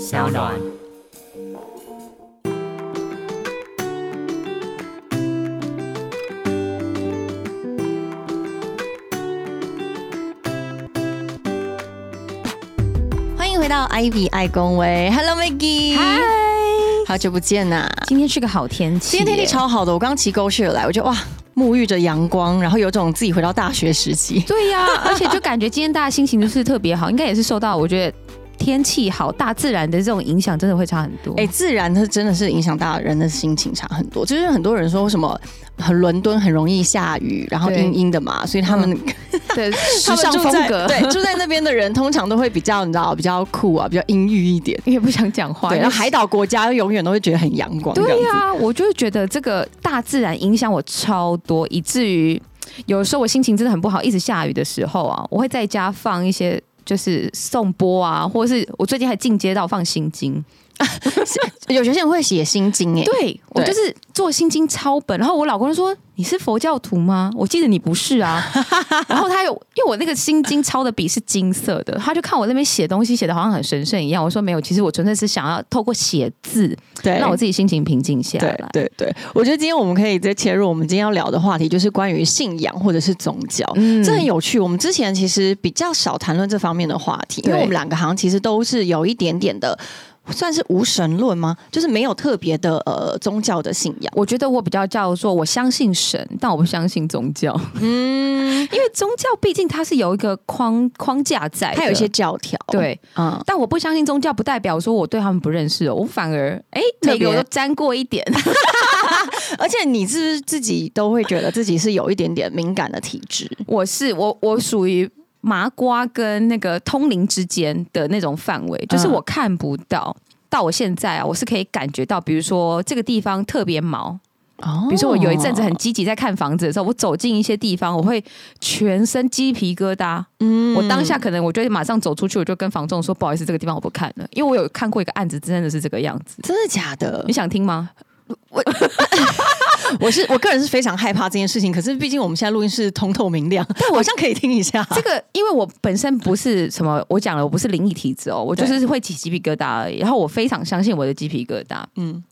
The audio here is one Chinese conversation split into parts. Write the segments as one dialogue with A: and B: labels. A: 小暖。
B: 欢迎回到 Ivy 爱公维，Hello Maggie，
C: 嗨，
B: 好久不见呐、
C: 今天是个好天气
B: 今
C: 耶，
B: 天天气超好的，我刚骑狗血来，我觉得哇，沐浴着阳光，然后有种自己回到大学时 期。
C: 对 呀、而且就感觉今天大家心情就是特别好，应该也是受到我觉得天气好、大自然的这种影响，真的会差很多。
B: 哎、自然它真的是影响到人的心情差很多。就是很多人说为什么很伦敦很容易下雨，然后
C: 对
B: 阴阴的嘛，所以他们、
C: 对，时
B: 嗯他们
C: 尚
B: 住
C: 风
B: 在
C: 格，
B: 对，住在那边的人通常都会比较你知道比较酷啊，比较阴郁一点。
C: 也不想讲话。
B: 对，
C: 因为
B: 然后海岛国家永远都会觉得很阳光。
C: 对
B: 呀、
C: 呀、我就会觉得这个大自然影响我超多，以至于有时候我心情真的很不好，一直下雨的时候啊，我会在家放一些。就是颂钵啊，或者是我最近还进阶到放心经，
B: 有些人会写心经哎、
C: 对我
B: 对
C: 就是做心经抄本，然后我老公就说你是佛教徒吗？我记得你不是 啊。然后他有，因为我那个心经抄的笔是金色的，他就看我那边写东西写的好像很神圣一样。我说没有，其实我纯粹是想要透过写字
B: 对，
C: 让我自己心情平静下
B: 对
C: 来。
B: 对对，我觉得今天我们可以再切入我们今天要聊的话题，就是关于信仰或者是宗教。
C: 嗯
B: 这很有趣，我们之前其实比较少谈论这方面的话题，因为
C: 对
B: 我们两个好像其实都是有一点点的，算是无神论吗？就是没有特别的呃宗教的信仰。
C: 我觉得我比较叫做我相信神，但我不相信宗教，
B: 嗯，
C: 因为宗教毕竟它是有一个框框架在的，
B: 它有一些教条，，
C: 对。
B: 嗯，
C: 但我不相信宗教，不代表说我对他们不认识哦，我反而哎，
B: 特别
C: 每个我都沾过一点。
B: 而且你是不是自己都会觉得自己是有一点点敏感的体质？
C: 我是我我属于麻瓜跟那个通灵之间的那种范围，就是
B: 嗯
C: 我看不到。到我现在啊，我是可以感觉到，比如说这个地方特别毛，
B: 哦
C: 比如说我有一阵子很积极在看房子的时候，我走进一些地方，我会全身鸡皮疙瘩。
B: 嗯
C: 我当下可能我就会马上走出去，我就跟房仲说不好意思，这个地方我不看了，因为我有看过一个案子，真的是这个样子。
B: 真的假 的
C: 你？想听吗？
B: 我是我个人是非常害怕这件事情，可是毕竟我们现在录音室通透明亮，但我好像可以听一下。
C: 这个，因为我本身不是什么，我讲了，我不是灵异体质哦，我就是会起鸡皮疙瘩而已。然后我非常相信我的鸡皮疙瘩，
B: 嗯
C: 嗯。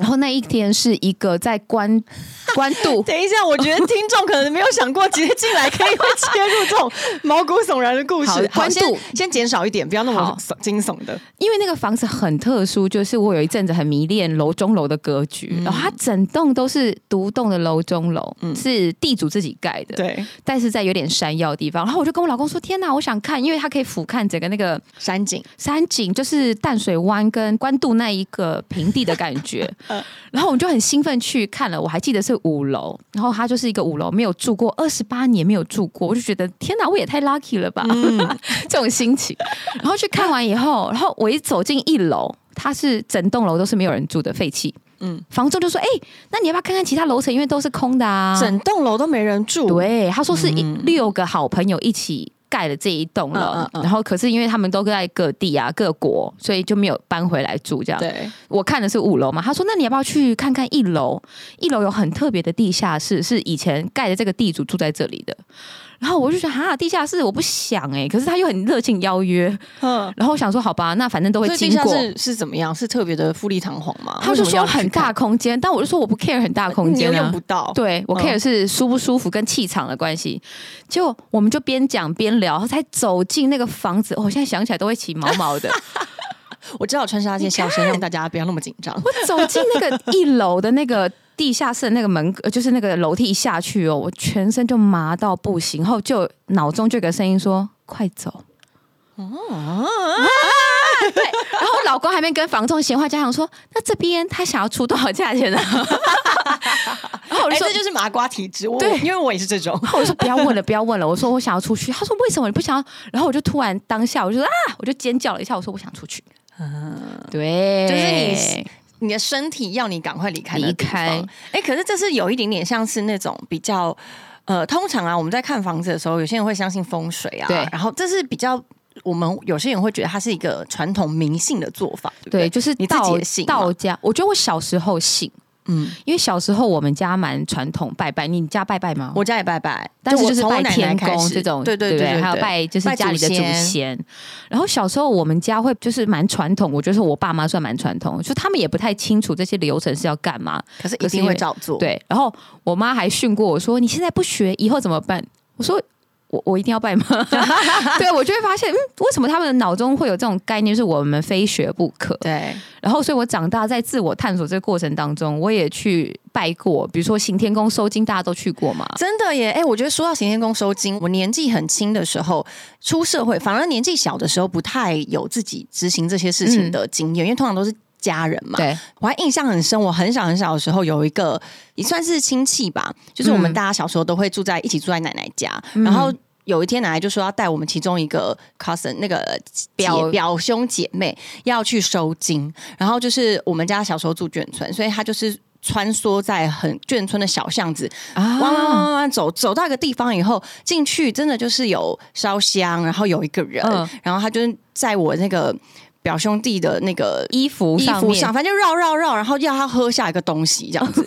C: 然后那一天是一个在关关渡，
B: 等一下，我觉得听众可能没有想过，直接进来可以会切入这种毛骨悚然的故
C: 好
B: 事。
C: 关
B: 先
C: 注
B: 先减少一点，不要那么
C: 好
B: 悚惊悚的。
C: 因为那个房子很特殊，就是我有一阵子很迷恋楼中楼的格局，然后它整栋都是独栋的楼中楼，是地主自己盖的，
B: 对，
C: 但是在有点山腰的地方。然后我就跟我老公说：“天哪，我想看，因为它可以俯瞰整个那个
B: 山景
C: 山景就是淡水湾跟关渡那一个平地的感觉。然后我们就很兴奋去看了，我还记得是五楼，然后它就是一个五楼，没有住过二十八年，没有住过，我就觉得天哪，我也太 lucky 了吧， 这种心情。然后去看完以后，然后我一走进一楼，它是整栋楼都是没有人住的废弃。嗯，房仲就说：“哎、那你要不要看看其他楼层？因为都是空的啊。”
B: 整栋楼都没人住，，
C: 对，他说是一六个好朋友一起盖了这一栋了，
B: 嗯嗯嗯嗯
C: 然后可是因为他们都在各地啊各国，所以就没有搬回来住这样。
B: 对，
C: 我看的是五楼嘛，他说那你要不要去看看一楼？一楼有很特别的地下室，是以前盖的这个地主住在这里的。然后我就觉得哈，地下室我不想哎、可是他又很热情邀约，
B: 嗯。
C: 然后我想说好吧，那反正都会
B: 所以
C: 经
B: 地下
C: 过。
B: 室是怎么样？是特别的富丽堂皇吗？
C: 他就
B: 为什么要
C: 说很大空间，但我就说我不 care 很大
B: 去看，
C: 空间、
B: 你
C: 啊，
B: 又用不到。
C: 对
B: 嗯
C: 我 care 是舒不舒服跟气场的关系。就我们就边讲边聊，才走进那个房子。哦我现在想起来都会起毛毛 的。
B: 我只好穿插一些笑声，让大家不要那么紧 张。
C: 我走进那个一楼的那个地下室的那个门，呃就是那个楼梯一下去哦，我全身就麻到不行，然后就脑中就有个声音说：“快 走！”哦、对，然后我老公还没跟房仲闲话家常说：“那这边他想要出多少价钱呢、 然后我
B: 哎，
C: 就说：“
B: 这就是麻瓜体质，我
C: 对
B: 因为我也是这种。
C: 然后我就说不要问了，不要问了。我说我想要出去。他说为什么你不想要？然后我就突然当下我就说啊，我就尖叫了一下，我说我想出去。对，
B: 嗯就是你的身体要你赶快离开那个地方
C: 离开
B: 哎、可是这是有一点点像是那种比较，呃，通常啊，我们在看房子的时候，有些人会相信风水啊，
C: 对
B: 然后这是比较。我们有些人会觉得它是一个传统迷信的做法，对不
C: 对，
B: 对？
C: 就是
B: 你自己
C: 道
B: 也信吗啊
C: 道家。我觉得我小时候信，
B: 嗯，
C: 因为小时候我们家蛮传统拜拜，你家拜拜吗？
B: 我家也拜拜，
C: 但是
B: 我
C: 就是
B: 从我
C: 拜
B: 奶奶
C: 天
B: 开
C: 公
B: 始
C: 这种，
B: 对
C: 对
B: 对
C: 不
B: 对，
C: 还有拜就是
B: 拜
C: 家里的
B: 祖
C: 祖
B: 先
C: 先。然后小时候我们家会就是蛮传统，我觉得是我爸妈算蛮传统，就他们也不太清楚这些流程是要干嘛。
B: 可是一
C: 可是
B: 定
C: 因
B: 会
C: 为
B: 照做。，
C: 对，然后我妈还训过我说：“你现在不学，以后怎么办？”我说。我我一定要拜吗？ 对，我就会发现，嗯，为什么他们的脑中会有这种概念，就是我们非学不可？
B: 对，
C: 然后，所以我长大在自我探索这个过程当中，我也去拜过，比如说行天宫收金，大家都去过嘛。
B: 真的耶！哎、我觉得说到行天宫收金，我年纪很轻的时候出社会，反而年纪小的时候不太有自己执行这些事情的经验，因为通常都是家人嘛。
C: 嗯对，
B: 我还印象很深，我很小很小的时候有一个也算是亲戚吧，就是我们
C: 嗯
B: 大家小时候都会住在一起住在奶奶家，
C: 嗯
B: 然后。有一天，奶奶就说要带我们其中一个 cousin 那个姐
C: 表
B: 表兄姐妹要去收金，然后就是我们家小时候住眷村，所以她就是穿梭在很眷村的小巷子，
C: 啊
B: 弯弯弯弯弯走走到一个地方以后，进去真的就是有烧香，然后有一个人，
C: 嗯
B: 然后他就是在我那个表兄弟的那个
C: 衣服
B: 衣
C: 上
B: 服
C: 面
B: 上，反正就绕绕绕，然后要他喝下一个东西这 样子，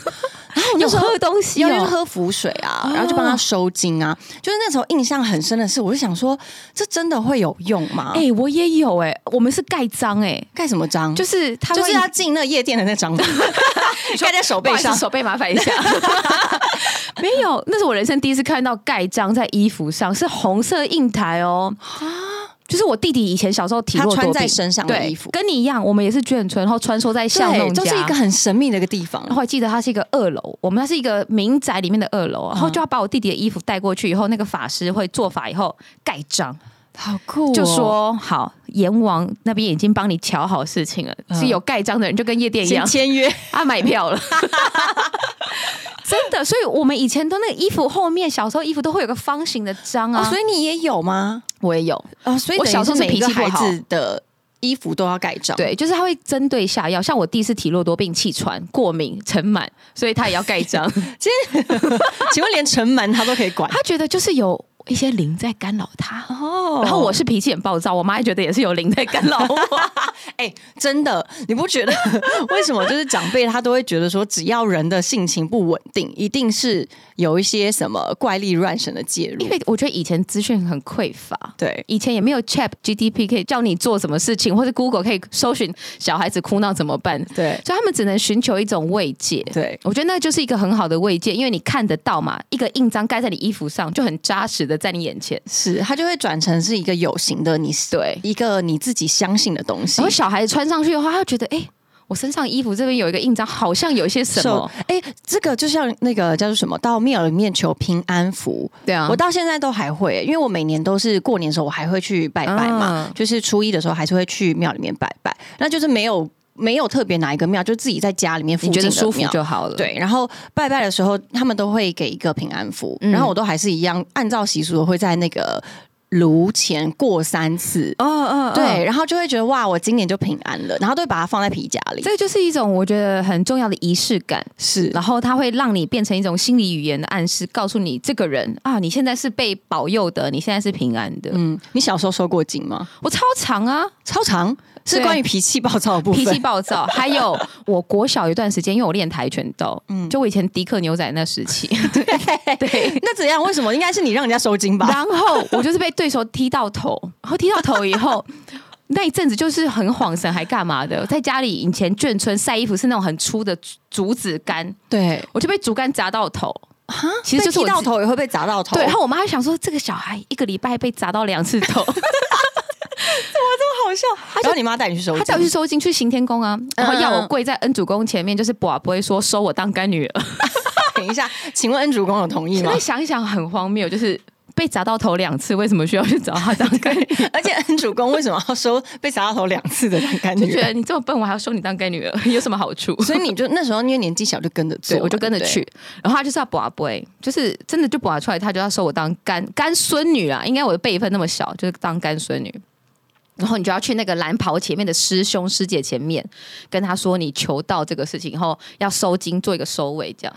B: 然后我
C: 有
B: 就说。
C: 喝东西
B: 要就是
C: 哦，
B: 喝符水啊，
C: 哦
B: 然后就帮他收金啊。就是那时候印象很深的是，我就想说，这真的会有用吗？
C: 哎、我也有哎、我们是盖章哎、
B: 盖什么章？就
C: 就是他
B: 嗯就是
C: 会
B: 要进那个夜店的那张吧， 盖在手
C: 不
B: 背
C: 好意思
B: 上。
C: 手背麻烦 一下。没有，那是我人生第一次看到盖章在衣服上，是红色印台哦。就是我弟弟以前小时候体弱
B: 他
C: 多病，
B: 穿在身上的
C: 对
B: 衣服
C: 跟你一样，我们也是眷村，然后穿梭在巷弄
B: 对，
C: 家，
B: 就是一个很神秘的一个地方
C: 然。后我记得它是一个二楼，我们那是一个民宅里面的二楼，然后就要把我弟弟的衣服带过去，以后那个法师会做法以后盖章，
B: 好酷、哦
C: 就说好阎王那边已经帮你瞧好事情了，
B: 嗯
C: 是有盖章的人就跟夜店一
B: 先
C: 样，
B: 签 约，
C: 啊买票了。真的，所以我们以前都那个衣服后面，小时候衣服都会有个方形的章啊。
B: 哦，所
C: 以
B: 以你也有吗？
C: 我也有，
B: 哦，所以
C: 我
B: 等于
C: 小时候
B: 是每
C: 是
B: 一个
C: 脾气
B: 孩
C: 不好
B: 子的衣服都要盖章。，
C: 对，就是他会针对下药。像我弟是体弱多病、气喘、过敏、尘螨，所以他也要盖章。
B: 请问连尘螨他都可以管？
C: 他觉得就是有一些灵在干扰他。
B: 哦
C: 然后我是脾气很暴躁，我妈也觉得也是有灵在干扰 我。
B: 哎、真的，你不觉得 为什么就是长辈他都会觉得说，只要人的性情不稳定，一定是有一些什么怪力乱神的介入
C: 因？为我觉得以前资讯很匮乏，
B: 对，
C: 以前也没有 Chat GDP 可以叫你做什么事情，或者 Google 可以搜寻小孩子哭闹怎么办，
B: 对，
C: 所以他们只能寻求一种慰藉。
B: 对，
C: 我觉得那就是一个很好的慰藉，因为你看得到嘛，一个印章盖在你衣服上，就很扎实的在你眼前。
B: 是他就会转成是一个有形的你，
C: 对，
B: 一个你自己相信的东西
C: 然后。小孩子穿上去的话，他会觉得哎、诶我身上衣服这边有一个印章，好像有一些什么。
B: 受？哎、这个就像那个叫做什么，到庙里面求平安符，
C: 对啊
B: 我到现在都还会，因为我每年都是过年的时候，我还会去拜拜嘛，
C: 嗯
B: 就是初一的时候还是会去庙里面拜拜，那就是没有没有特别哪一个庙，就自己在家里面附
C: 你
B: 近
C: 觉
B: 的
C: 得舒服
B: 庙
C: 就好了。，
B: 对，然后拜拜的时候，他们都会给一个平安符，
C: 嗯
B: 然后我都还是一样按照习俗会在那个炉前过三次。
C: 哦哦
B: 对，然后就会觉得哇，我今年就平安了，然后都会把它放在皮夹里。
C: 这就是一种我觉得很重要的仪式感，
B: 是
C: 然后它会让你变成一种心理语言的暗示，告诉你这个人啊，你现在是被保佑的，你现在是平安的。
B: 嗯，你小时候收过金吗？
C: 我超长啊，
B: 超长是
C: 对
B: 关于脾气暴躁的部分。
C: 脾气暴躁，还有我国小有一段时间，因为我练跆拳道，嗯，就我以前迪克牛仔那 时期， 对。
B: 那怎样？为什么？应该是你让人家收金吧？
C: 然后我就是被对手踢到头，然后踢到头以后， 那一阵子就是很晃神，还干嘛的？在家里以前眷村晒衣服是那种很粗的竹竹子杆，
B: 对，
C: 我就被竹竿砸到头。
B: 哈，
C: 其实就是
B: 被
C: 我
B: 踢到
C: 自
B: 头也会被砸到头。
C: 对，然后我妈就想说，这个小孩一个礼拜被砸到两次 头，
B: 好笑。然后你妈带你去收金，
C: 她叫我去收金去行天宫啊，然后要
B: 嗯嗯
C: 我跪在恩主公前面，就是寡不会说收我当干女儿。
B: 等一下，请问恩主公有同意
C: 现
B: 吗
C: 在？想一想很荒谬，就是被砸到头两次，为什么需要去找她当干女 儿？
B: 而且恩主公为什么要收被砸到头两次的感
C: 就觉
B: 觉？
C: 得你这么笨，我还要收你当干女儿，有 什么好处？
B: 所以你就那时候因为年纪小就跟着做
C: 对，
B: 嘛，
C: 我就跟着
B: 对不对。
C: 去，然后他就是要拔杯，就是真的就拔出来，他就要收我当干干孙女啊啦，应该我的辈分那么小，就是当干孙女。然后你就要去那个蓝袍前面的师兄师姐前面，跟他说你求到这个事情以后要收金做一个收尾，这样。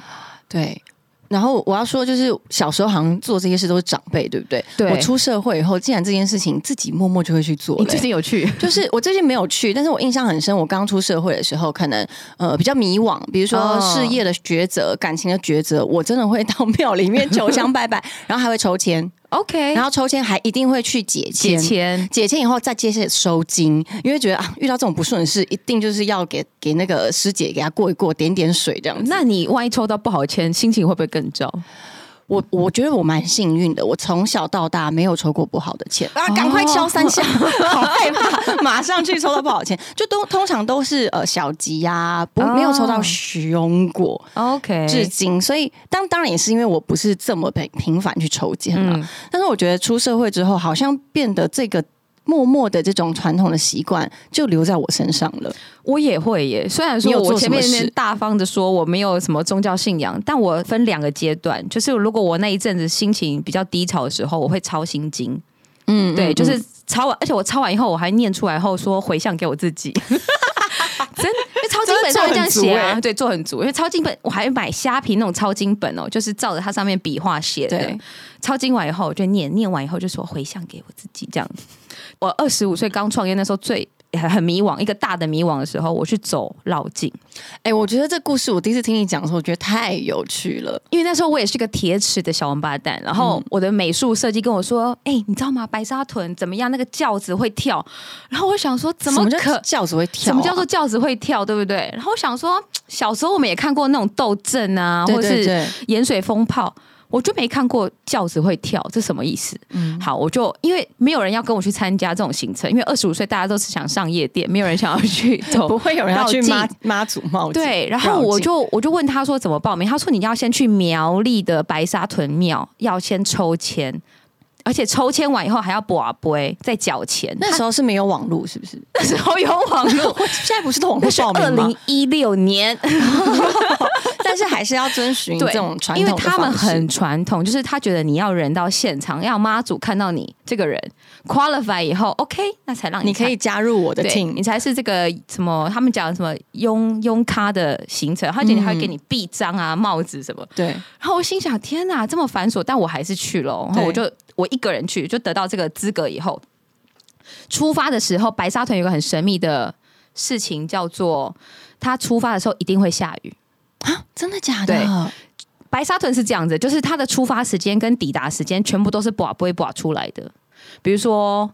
B: 对，然后我要说，就是小时候好像做这些事都是长辈，对不对？
C: 对
B: 我出社会以后，竟然这件事情自己默默就会去做
C: 你
B: 了、
C: 最近有去？
B: 就是我最近没有去，但是我印象很深。我刚出社会的时候，可能呃比较迷惘，比如说
C: 哦
B: 事业的抉择、感情的抉择，我真的会到庙里面求香拜拜，然后还会抽签，
C: OK，
B: 然后抽签还一定会去解
C: 解
B: 签。
C: 签，
B: 解签以后再接些收金，因为觉得啊，遇到这种不顺的事，一定就是要给给那个师姐给她过一过，点点水这样子。
C: 那你万一抽到不好签，心情会不会更糟？
B: 我我觉得我蛮幸运的，我从小到大没有抽过不好的钱啊！赶快敲三下， 好害怕，马上去抽到不好的钱，就都通常都是呃小吉呀、不
C: 哦哎
B: 没有抽到凶过，
C: OK，
B: 至今。所以当当然也是因为我不是这么频频繁去抽签了、
C: 嗯，
B: 但是我觉得出社会之后，好像变得这个默默的这种传统的习惯就留在我身上了。
C: 我也会耶。虽然
B: 你
C: 说
B: 有做
C: 我前面
B: 什么
C: 那
B: 事
C: 边大方的说我没有什么宗教信仰，但我分两个阶段，就是如果我那一阵子心情比较低潮的时候，我会抄心经，
B: 嗯，
C: 对，
B: 嗯嗯
C: 就是抄完，而且我抄完以后我还念出来后说回向给我自 己。真，因为抄经本上会这样写
B: 真的做很足
C: 啊，
B: 欸
C: 对，做很足。因为抄经本我还买虾皮那种抄经本哦，就是照着它上面笔画写的
B: 对。
C: 抄经完以后我就念，念完以后就说回向给我自己这样。我二十五岁刚创业那时候最很很迷惘，一个大的迷惘的时候，我去走绕境，
B: 哎、我觉得这故事我第一次听你讲的时候，我觉得太有趣了。
C: 因为那时候我也是个铁齿的小王八蛋，然
B: 嗯
C: 后我的美术设计跟我说：“哎、你知道吗？白沙屯怎么样？那个轿子会跳。”然后我想说：“怎么
B: 什
C: 可
B: 叫轿子会跳、啊
C: 什么叫做？轿子会跳，对不对？然后我想说，小时候我们也看过那种斗阵啊，
B: 对对
C: 或者
B: 对，
C: 是盐水风炮，我就没看过轿子会跳，这什么意思？
B: 嗯，
C: 好，我就因为没有人要跟我去参加这种行程，因为二十五岁大家都是想上夜店，没有人想要去走。
B: 不会有人要去妈妈祖冒险。
C: 对，然后我就我就问他说怎么报名，他说你要先去苗栗的白沙屯庙，要先抽签，而且抽签完以后还要卜杯，再缴钱。
B: 那时
C: 候
B: 候是没有网络，是不是？
C: 那时候有网 络，
B: 现在不是都网
C: 那
B: 络
C: 是
B: 报
C: 二
B: 名吗
C: 零？一六年，
B: 但是还是要遵 循
C: 对
B: 这种传
C: 因
B: 统
C: 为
B: 的
C: 他们
B: 方式
C: 很传统，就是他觉得你要人到现场，要妈祖看到你这个人 qualify 以后，OK，那才让
B: 你
C: 看
B: 可以加入我的
C: 对，
B: team
C: 你。才是这个什么？他们讲什么庸庸咖的行程，而且你还会给你臂章啊、帽子什么。
B: 对，
C: 然后我心想：天哪，这么繁琐！但我还是去了哦。然后
B: 对
C: 我就我一个人去，就得到这个资格以后，出发的时候，白沙屯有个很神秘的事情，叫做它出发的时候一定会下雨。
B: 真的假
C: 对
B: 的？
C: 白沙屯是这样子，就是它的出发时间跟抵达时间全部都是不不会不出来的。比如说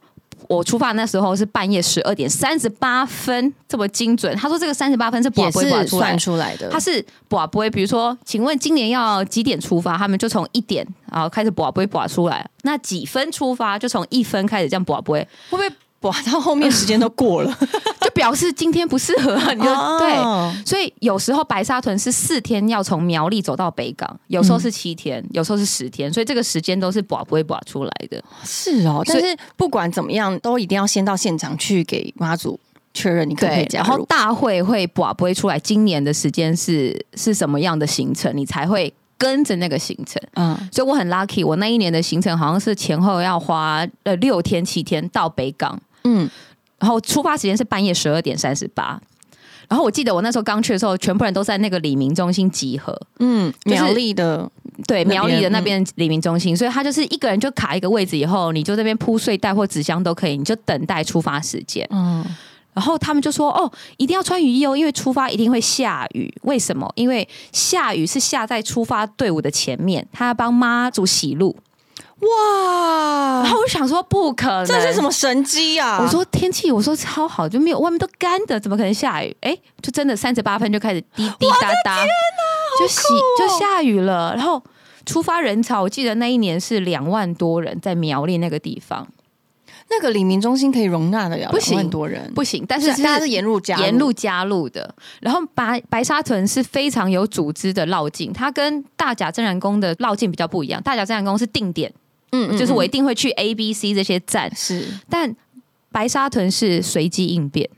C: 我出发那时候是半夜十二点三十八分，这么精准。他说这个三十八分是不
B: 也
C: 不会不
B: 是
C: 出来
B: 算
C: 的。
B: 出来的。
C: 他是卜不会，比如说，请问今年要几点出发？他们就从一点然后开始卜不会卜出来，那几分出发就从一分开始这样卜不会，
B: 会不会哇？到后面时间都过了，
C: 就表示今天不适合啊， 你就、 对。
B: 哦
C: 所以有时候白沙屯是四天要从苗栗走到北港，有时候是七天，有时候是十天，所以这个时间都是卜不会卜出来的。
B: 是哦。
C: 所以
B: 但是不管怎么样，都一定要先到现场去给妈祖确认你可不可以加
C: 然后
B: 入。
C: 大会会卜不会出来，今年的时间是是什么样的行程，你才会跟着那个行程。
B: 嗯，
C: 所以我很 lucky，我那一年的行程好像是前后要花呃六天七天到北港，
B: 嗯，
C: 然后出发时间是半夜十二点三十八。然后我记得我那时候刚去的时候，全部人都在那个李明中心集合，
B: 嗯，
C: 就是
B: 苗栗的
C: 对
B: 那边嗯
C: 苗栗的那边黎明中心，所以他就是一个人就卡一个位置，以后你就这边铺睡袋或纸箱都可以，你就等待出发时间。
B: 嗯
C: 然后他们就说：“哦，一定要穿雨衣哦，因为出发一定会下雨。为什么？因为下雨是下在出发队伍的前面，他要帮妈祖洗路。
B: 哇
C: 然，后我想说，不可能，
B: 哦这是什么神机啊？
C: 我说天气，我说超好，就没有外面都干的，怎么可能下雨？哎，就真的三十八分就开始滴滴答答，
B: 啊
C: 就洗、
B: 哦
C: 就下雨了。然后出发人潮，我记得那一年是两万多人在苗栗那个地方，
B: 那个李明中心可以容纳得了
C: 不行
B: 两万多人，
C: 不行，但
B: 是
C: 是
B: 啊大家是沿路加入
C: 沿路加入的。然后白白沙屯是非常有组织的绕境，它跟大甲镇然宫的绕境比较不一样。大甲镇然宫是定点，
B: 嗯，嗯
C: 就是我一
B: 嗯
C: 定会去 A、B、C 这些站，
B: 是
C: 但白沙屯是随机应变，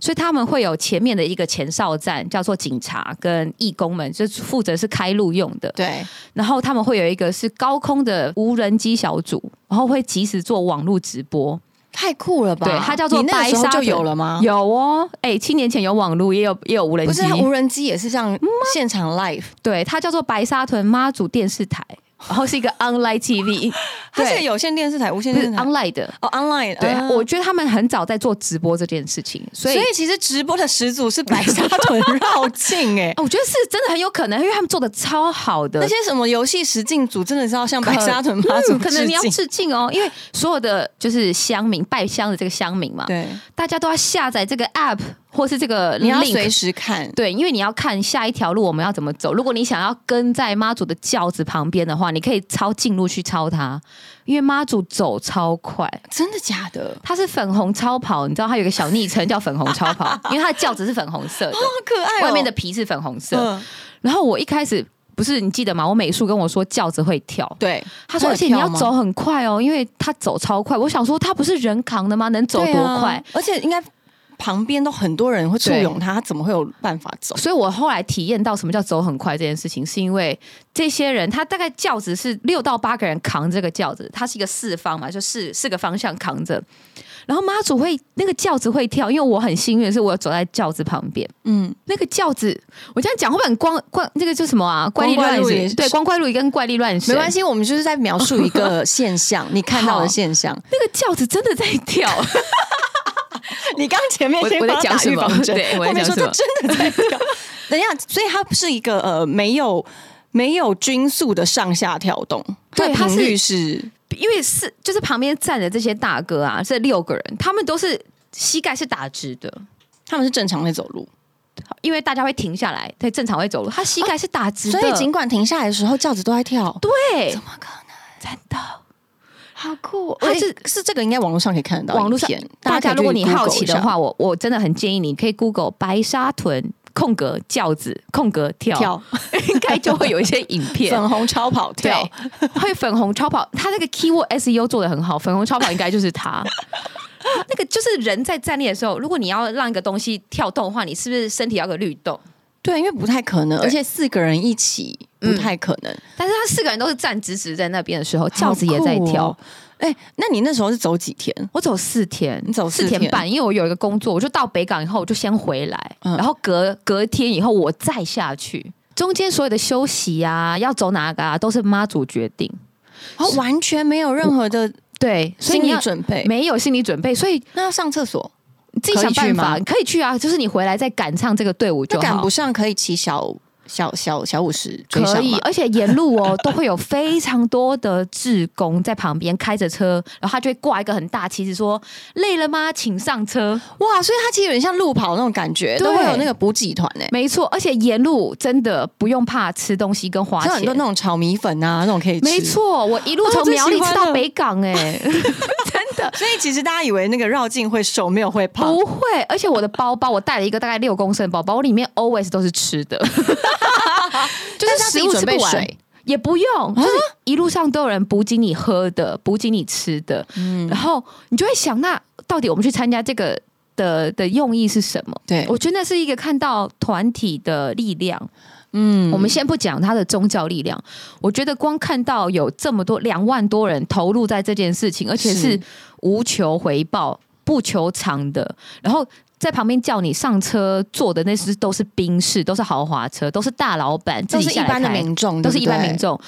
C: 所以他们会有前面的一个前哨站，叫做警察跟义工们，就是负责是开路用的。
B: 对，
C: 然后他们会有一个是高空的无人机小组，然后会及时做网络直播。
B: 太酷了吧？
C: 对，它叫做
B: 你那
C: 白
B: 时候
C: 沙
B: 就
C: 屯
B: 有了吗？
C: 有哦，哎、七年前有网路，也有也有无人
B: 啊不
C: 机
B: 是，它无人机也是这样现场 live，
C: 对，它叫做白沙屯妈祖电视台，然后 是一个 online TV，
B: 它是
C: 对
B: 有线电视台、无线
C: 不是
B: 电视台
C: online 的。
B: 哦，online
C: 对，
B: 嗯
C: 我觉得他们很早在做直播这件事情，所
B: 所
C: 以
B: 以其实直播的始祖是白沙屯绕境 哎、
C: 哦我觉得是真的很有可能，因为他们做的超好的
B: 那。些什么游戏实境组真的是要向白沙屯 妈祖
C: 嗯，可能你要
B: 致敬
C: 致敬哦，因为所有的就是乡民拜香的这个乡民嘛，
B: 对，
C: 大家都要下载这个 app 或是这个 link，
B: 你要随时看。
C: 对，因为你要看下一条路我们要怎么走。如果你想要跟在妈祖的轿子旁边的话，你可以抄近路去抄它，因为妈祖走超快。
B: 真的假的？
C: 它是粉红超跑，你知道它有一个小昵称叫粉红超 跑，因为它的轿子是粉红色的，
B: 好可爱、哦！
C: 外面的皮是粉红色。
B: 嗯，
C: 然后我一开始不是你记得吗？我美术跟我说轿子会跳，
B: 对，
C: 他说
B: 会
C: 而且你要
B: 跳吗
C: 走很快哦，因为它走超快。我想说它不是人扛的吗？能走
B: 对
C: 多
B: 啊
C: 快？
B: 而且应该旁边都很多人会簇
C: 对
B: 拥他，他怎么会有办法走？
C: 所以我后来体验到什么叫走很快这件事情，是因为这些人他大概轿子是六到八个人扛这个轿子，它是一个四方嘛，就四四个方向扛着。然后妈祖会那个轿子会跳，因为我很幸运的是我有走在轿子旁边，
B: 嗯，
C: 那个轿子我这样讲会不会很光光那个叫什么啊？怪力
B: 光怪
C: 乱
B: 陆离
C: 神对，光怪陆离跟怪力乱神，
B: 没关
C: 系，
B: 系，我们就是在描述一 个现象，你看到的现象。
C: 那个轿子真的在跳，
B: 你刚前面
C: 我
B: 先
C: 我在
B: 帮他
C: 讲
B: 打
C: 什
B: 预
C: 么
B: 防针，
C: 对我在
B: 后面
C: 讲
B: 说
C: 什
B: 他
C: 么
B: 真的在跳。等一下，所以它是一个呃没有没有均速的上下跳动，
C: 对
B: 它
C: 它
B: 的
C: 是
B: 频率是
C: 因为是就是旁边站的这些大哥啊，这六个人他们都是膝盖是打直的。
B: 他们是正常在走路，
C: 因为大家会停下来，对，正常会走路。他膝盖是打直的，
B: 所以尽管停下来的时候轿子都在跳，
C: 对，
B: 么可能？
C: 真的。
B: 好酷、哦！
C: 它
B: 而且
C: 是
B: 是这个应该网络上可以看得到影片，
C: 网络上大
B: 大
C: 家
B: 家
C: 如果你好奇
B: 可以
C: 的
B: 去 Google
C: 话，我我真的很建议你可以 Google 白沙屯空格轿子空格跳，
B: 一下
C: 应该就会有一些影
B: 跳
C: 片。
B: 粉红超跑跳，
C: 对，会粉红超跑，他那个 keyword SEO 做的很好，粉红超跑应该就是他。 那个就是人在站立的时候，如果你要让一个东西跳动的话，你是不是身体要有个律动？
B: 对，因为不太可能，
C: 对嗯
B: 而且四个人一起不太可能，
C: 但是他四个人都是站直直在那边的时候，轿子
B: 好
C: 也在
B: 酷哦
C: 跳，。
B: 哎、那你那时候是走几天？
C: 我走四天，
B: 你走四
C: 四
B: 天
C: 天半，因为我有一个工作，我就到北港以后我就先回来，
B: 嗯
C: 然后隔隔天以后我再下去，中间所有的休息啊，要走哪个啊，都是妈祖决定。
B: 然后哦完全没有任何的
C: 对，所以
B: 心
C: 你
B: 理
C: 要
B: 准备，
C: 没有心理准备，所以
B: 那要上厕所，
C: 你自己想办法
B: 可以去，
C: 可以去啊，就是你回来再赶上这个队伍
B: 那
C: 就
B: 赶
C: 好
B: 不。上可以骑小小小小五十追
C: 可
B: 上
C: 以
B: 吗，？
C: 而且沿路哦 都会有非常多的志工在旁边开着车，然后他就会挂一个很大旗子说累了吗，请上车。
B: 哇，所以它其实有点像路跑那种感觉，
C: 对
B: 都会有那个补给团哎、
C: 没错，而且沿路真的不用怕吃东西跟花
B: 像很多
C: 钱。
B: 那种炒米粉啊，那种可以吃。
C: 没，错，我一路
B: 啊
C: 从
B: 最
C: 苗
B: 喜
C: 栗
B: 欢
C: 吃到
B: 了
C: 北 港、哎，
B: 所以其实大家以为那个绕境会瘦，没有会胖，
C: 不会。而且我的包包，我带了一个大概六公升的包包，我里面 always 都是吃 的，就
B: 但是
C: 是
B: 要自
C: 食
B: 己
C: 物
B: 准
C: 吃
B: 备
C: 不完
B: 水。啊
C: 也不用，就是一路上都有人补给你喝的，补给你吃的，
B: 嗯
C: 然后你就会想，那到底我们去参加这个的的用意是什么？
B: 对
C: 我觉得那是一个看到团体的力量，
B: 嗯
C: 我们先不讲他的宗教力量，我觉得光看到有这么多两万多人投入在这件事情，而且
B: 是
C: 是无求回报、不求偿的，然后在旁边叫你上车坐的那是都是宾士，都是豪华车，都是大老板自
B: 都
C: 己
B: 是一
C: 下来
B: 般的
C: 开
B: 民众，
C: 都是一般民
B: 众。
C: 众。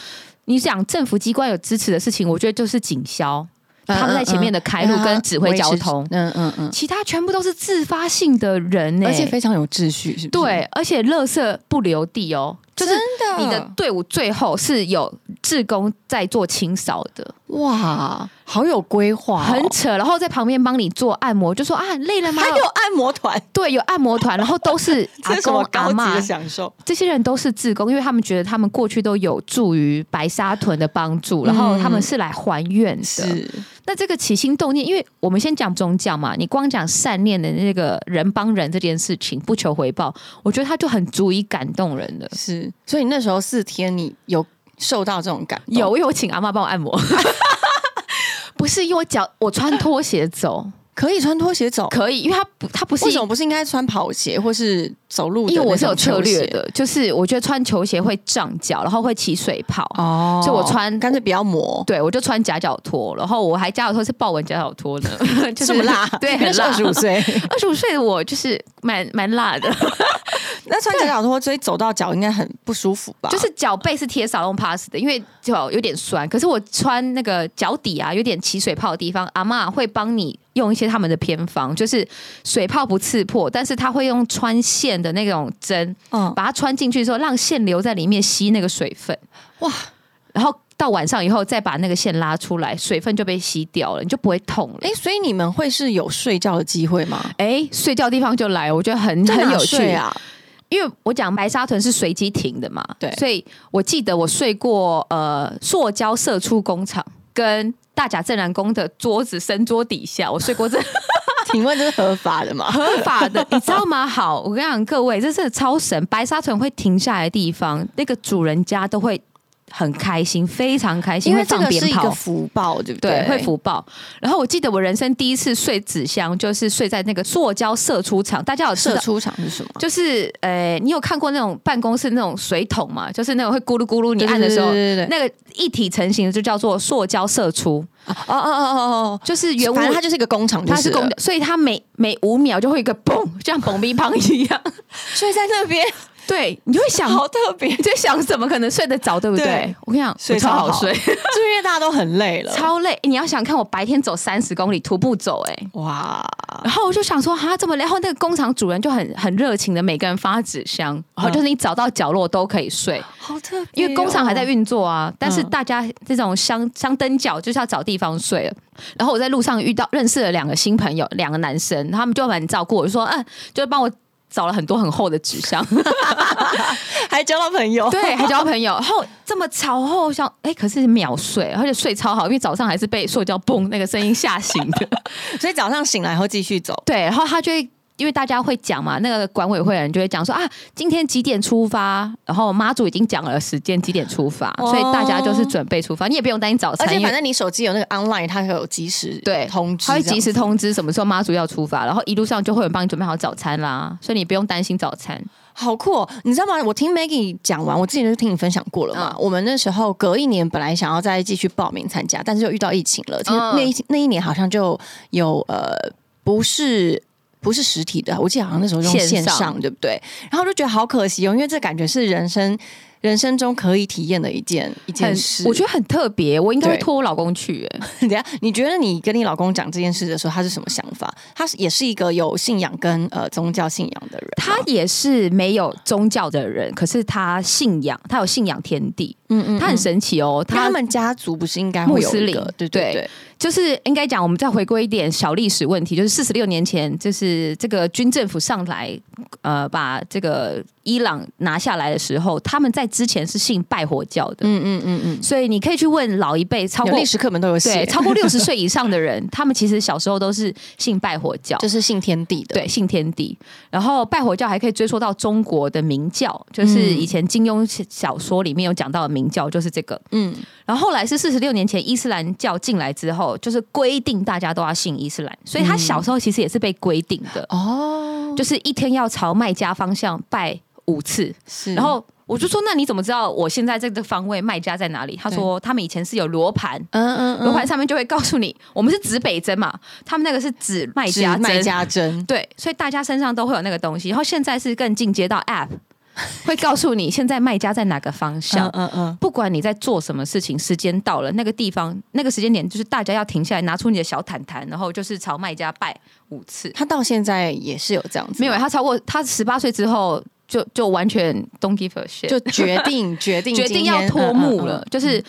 C: 你想政府机关有支持的事情，我觉得就是警消，他们在前面的开路跟指挥交通，
B: 嗯嗯嗯，
C: 其他全部都是自发性的人欸呢、
B: 而且非常有秩序，是不是？
C: 对，而且垃圾不留地哦，就是
B: 真的，
C: 你的队伍最后是有志工在做清扫的，
B: 哇，好有规划、哦，
C: 很扯。然后在旁边帮你做按摩，就说啊，累了吗
B: 还？有按摩团，
C: 对，有按摩团，然后都是
B: 这
C: 阿
B: 是什
C: 公
B: 么
C: 阿
B: 高级
C: 妈
B: 的，享受？
C: 这些人都是志工，因为他们觉得他们过去都有助于白沙屯的帮助，然后他们是来还愿的。
B: 嗯是
C: 那这个起心动念，因为我们先讲宗教嘛，你光讲善念的那个人帮人这件事情，不求回报，我觉得他就很足以感动人了。
B: 是，所以你那时候四天，你有受到这种感动？
C: 有，因为我请阿妈帮我按摩。不是因为我脚，我穿拖鞋走，
B: 可以穿拖鞋走，
C: 可以，因为它不，它不是
B: 哦为什么不是应该穿跑鞋或是走路？
C: 因为我是有策略，的，就是我觉得穿球鞋会胀脚，然后会起水泡，
B: 哦
C: 所以我穿
B: 干脆不要磨。
C: 对我就穿夹脚拖，然后我还夹脚拖是豹纹夹脚拖呢， 就是
B: 这么 辣，
C: 对，很辣。
B: 二十五 岁，
C: 二十五岁的我就是蛮蛮辣的，
B: 那穿夹脚拖所以走到脚应该很不舒服吧？
C: 就是脚背是贴 salon pass 的，因为脚有点酸。可是我穿那个脚底啊，有点起水泡的地方，阿嬷会帮你用一些他们的偏方，就是水泡不刺破，但是他会用穿线的那种针，
B: 嗯，
C: 把它穿进去之后，让线留在里面吸那个水分，
B: 哇，
C: 然后到晚上以后再把那个线拉出来，水分就被吸掉了，你就不会痛了。
B: 哎、所以你们会是有睡觉的机会吗？
C: 哎、睡觉地方就来，我觉得很
B: 在
C: 很
B: 哪
C: 有趣
B: 睡！啊！
C: 因为我讲白沙屯是随机停的嘛，
B: 对
C: 所以我记得我睡过呃塑胶射出工厂跟大甲镇南宫的桌子神桌底下，我睡过这
B: 请问这是合法的吗？
C: 合法 的，你知道吗？好，我跟你讲各位，这是超神，白沙屯会停下来的地方，那个主人家都会很开心，非常开心，
B: 因为
C: 会
B: 这
C: 放
B: 个
C: 鞭
B: 是一个
C: 炮。
B: 福报，对不
C: 对，会
B: 会福
C: 福报。然后我记得我人生第一次睡纸箱，就是睡在那个塑胶射出厂，大家有知道
B: 社出场是什么？
C: 就是呃，你有看过那种办公室那种水桶嘛？就是那种会咕噜咕噜，你按的时候，
B: 对对对对
C: 那个一体成型的就叫做塑胶射出，
B: 哦哦哦哦
C: 就是原
B: 哦，
C: 物
B: 反正它就是一个工厂，
C: 它是公
B: 工
C: 的，，所以它每每五秒就会有一个嘣，像蹦咪乓 一样。
B: 所以在那边
C: 对，你就会 想，
B: 好特别，
C: 你就会想怎么可能睡得着，对不对？
B: 对
C: 我跟你讲，
B: 睡
C: 我超
B: 超
C: 好
B: 好
C: 睡，
B: 就是因为大家都很累了，
C: 超累。欸你要想看，我白天走三十公里徒步走、哎。
B: 哇，
C: 然后我就想说，哈，这么累。然后那个工厂主人就很很热情的，每个人发纸箱，然后
B: 嗯
C: 就是你找到角落都可以睡。
B: 好特别哦，
C: 因为工厂还在运作啊，但是
B: 嗯
C: 大家这种相相蹬脚就是要找地方睡了。然后我在路上遇到认识了两个新朋友，两个男生，他们就很照顾我，就说嗯，就帮我找了很多很厚的纸 箱，
B: 还交到朋 友，
C: 对，还交朋友。然后这么朝后想，哎、可是秒睡，而且睡超好，因为早上还是被塑胶嘣那个声音吓醒 的。
B: 所以早上醒来后继续走，
C: 对，然后他就会。因为大家会讲嘛，那个管委会的人就会讲说啊，今天几点出发？然后妈祖已经讲了时间几点出发，
B: 哦
C: 所以大家就是准备出发。你也不用担心早
B: 而
C: 餐，
B: 且
C: 因为
B: 反正你手机有那个 online，它会有及时
C: 对
B: 通知，
C: 他会及时通知什么时候妈祖要出发，然后一路上就会有人帮你准备好早餐啦，所以你不用担心早餐。
B: 好酷、哦！你知道吗？我听 Maggie 讲完，我之前就听你分享过了嘛。我们那时候隔一年本来想要再继续报名参加，但是又遇到疫情了。其实
C: 嗯
B: 那一、那一年好像就有呃，不是不是实体的，我记得好像那时候用
C: 线
B: 线上，
C: 上
B: 对不对？然后就觉得好可惜哦，因为这感觉是人生人生中可以体验的一件一
C: 很
B: 件事。，
C: 我觉得很特别，我应该会
B: 对
C: 拖我老公去、欸。
B: 得，等一下你觉得你跟你老公讲这件事的时候，他是什么想法？他是也是一个有信仰跟呃宗教信仰的人吗。
C: 他也是没有宗教的人，可是他信仰，他有信仰天地，
B: 嗯嗯
C: 他很神奇哦。
B: 他
C: 他
B: 们家族不是应该会有
C: 穆斯
B: 一
C: 林
B: 个对
C: 对
B: 对对，
C: 就是应该讲，我们再回归一点小历史问题，就是四十六年前，就是这个军政府上来，呃，把这个伊朗拿下来的时候，他们在之前是信拜火教的。
B: 嗯嗯嗯嗯，
C: 所以你可以去问老一辈，超
B: 有
C: 过
B: 历史课本都有
C: 对，
B: 写，
C: 超过六十岁以上的 人，他们其实小时候都是信拜火教，
B: 就是信天地的，
C: 对，信天地。然后拜火教还可以追溯到中国的明教，就是
B: 嗯
C: 以前金庸小说里面有讲到的明教，就是这个。
B: 嗯，
C: 然后后来是四十六年前伊斯兰教进来之后，就是规定大家都要信伊斯兰，所以他小时候其实也是被规定的，
B: 哦，
C: 就是一天要朝麦加方向拜五次。
B: 是，
C: 然后我就说，那你怎么知道我现在这个方位麦加在哪里？他说他们以前是有罗盘。
B: 嗯嗯
C: 罗盘上面就会告诉你，我们是指北针嘛，他们那个是指卖
B: 指
C: 家嗯
B: 卖
C: 针，
B: 家珍，
C: 对，所以大家身上都会有那个东西。然后现在是更进阶到 App，会告诉你现在卖家在哪个方向。
B: 嗯嗯，
C: 不管你在做什么事情，时间到了，那个地方那个时间点，就是大家要停下来，拿出你的小毯毯，然后就是朝卖家拜五次。
B: 他到现在也是有这样子，
C: 没有，他超过他十八岁之后，就就完全 don't give a shit，
B: 就决 定决定
C: 决
B: 今天
C: 定要脱幕了。，
B: 嗯嗯嗯
C: 就是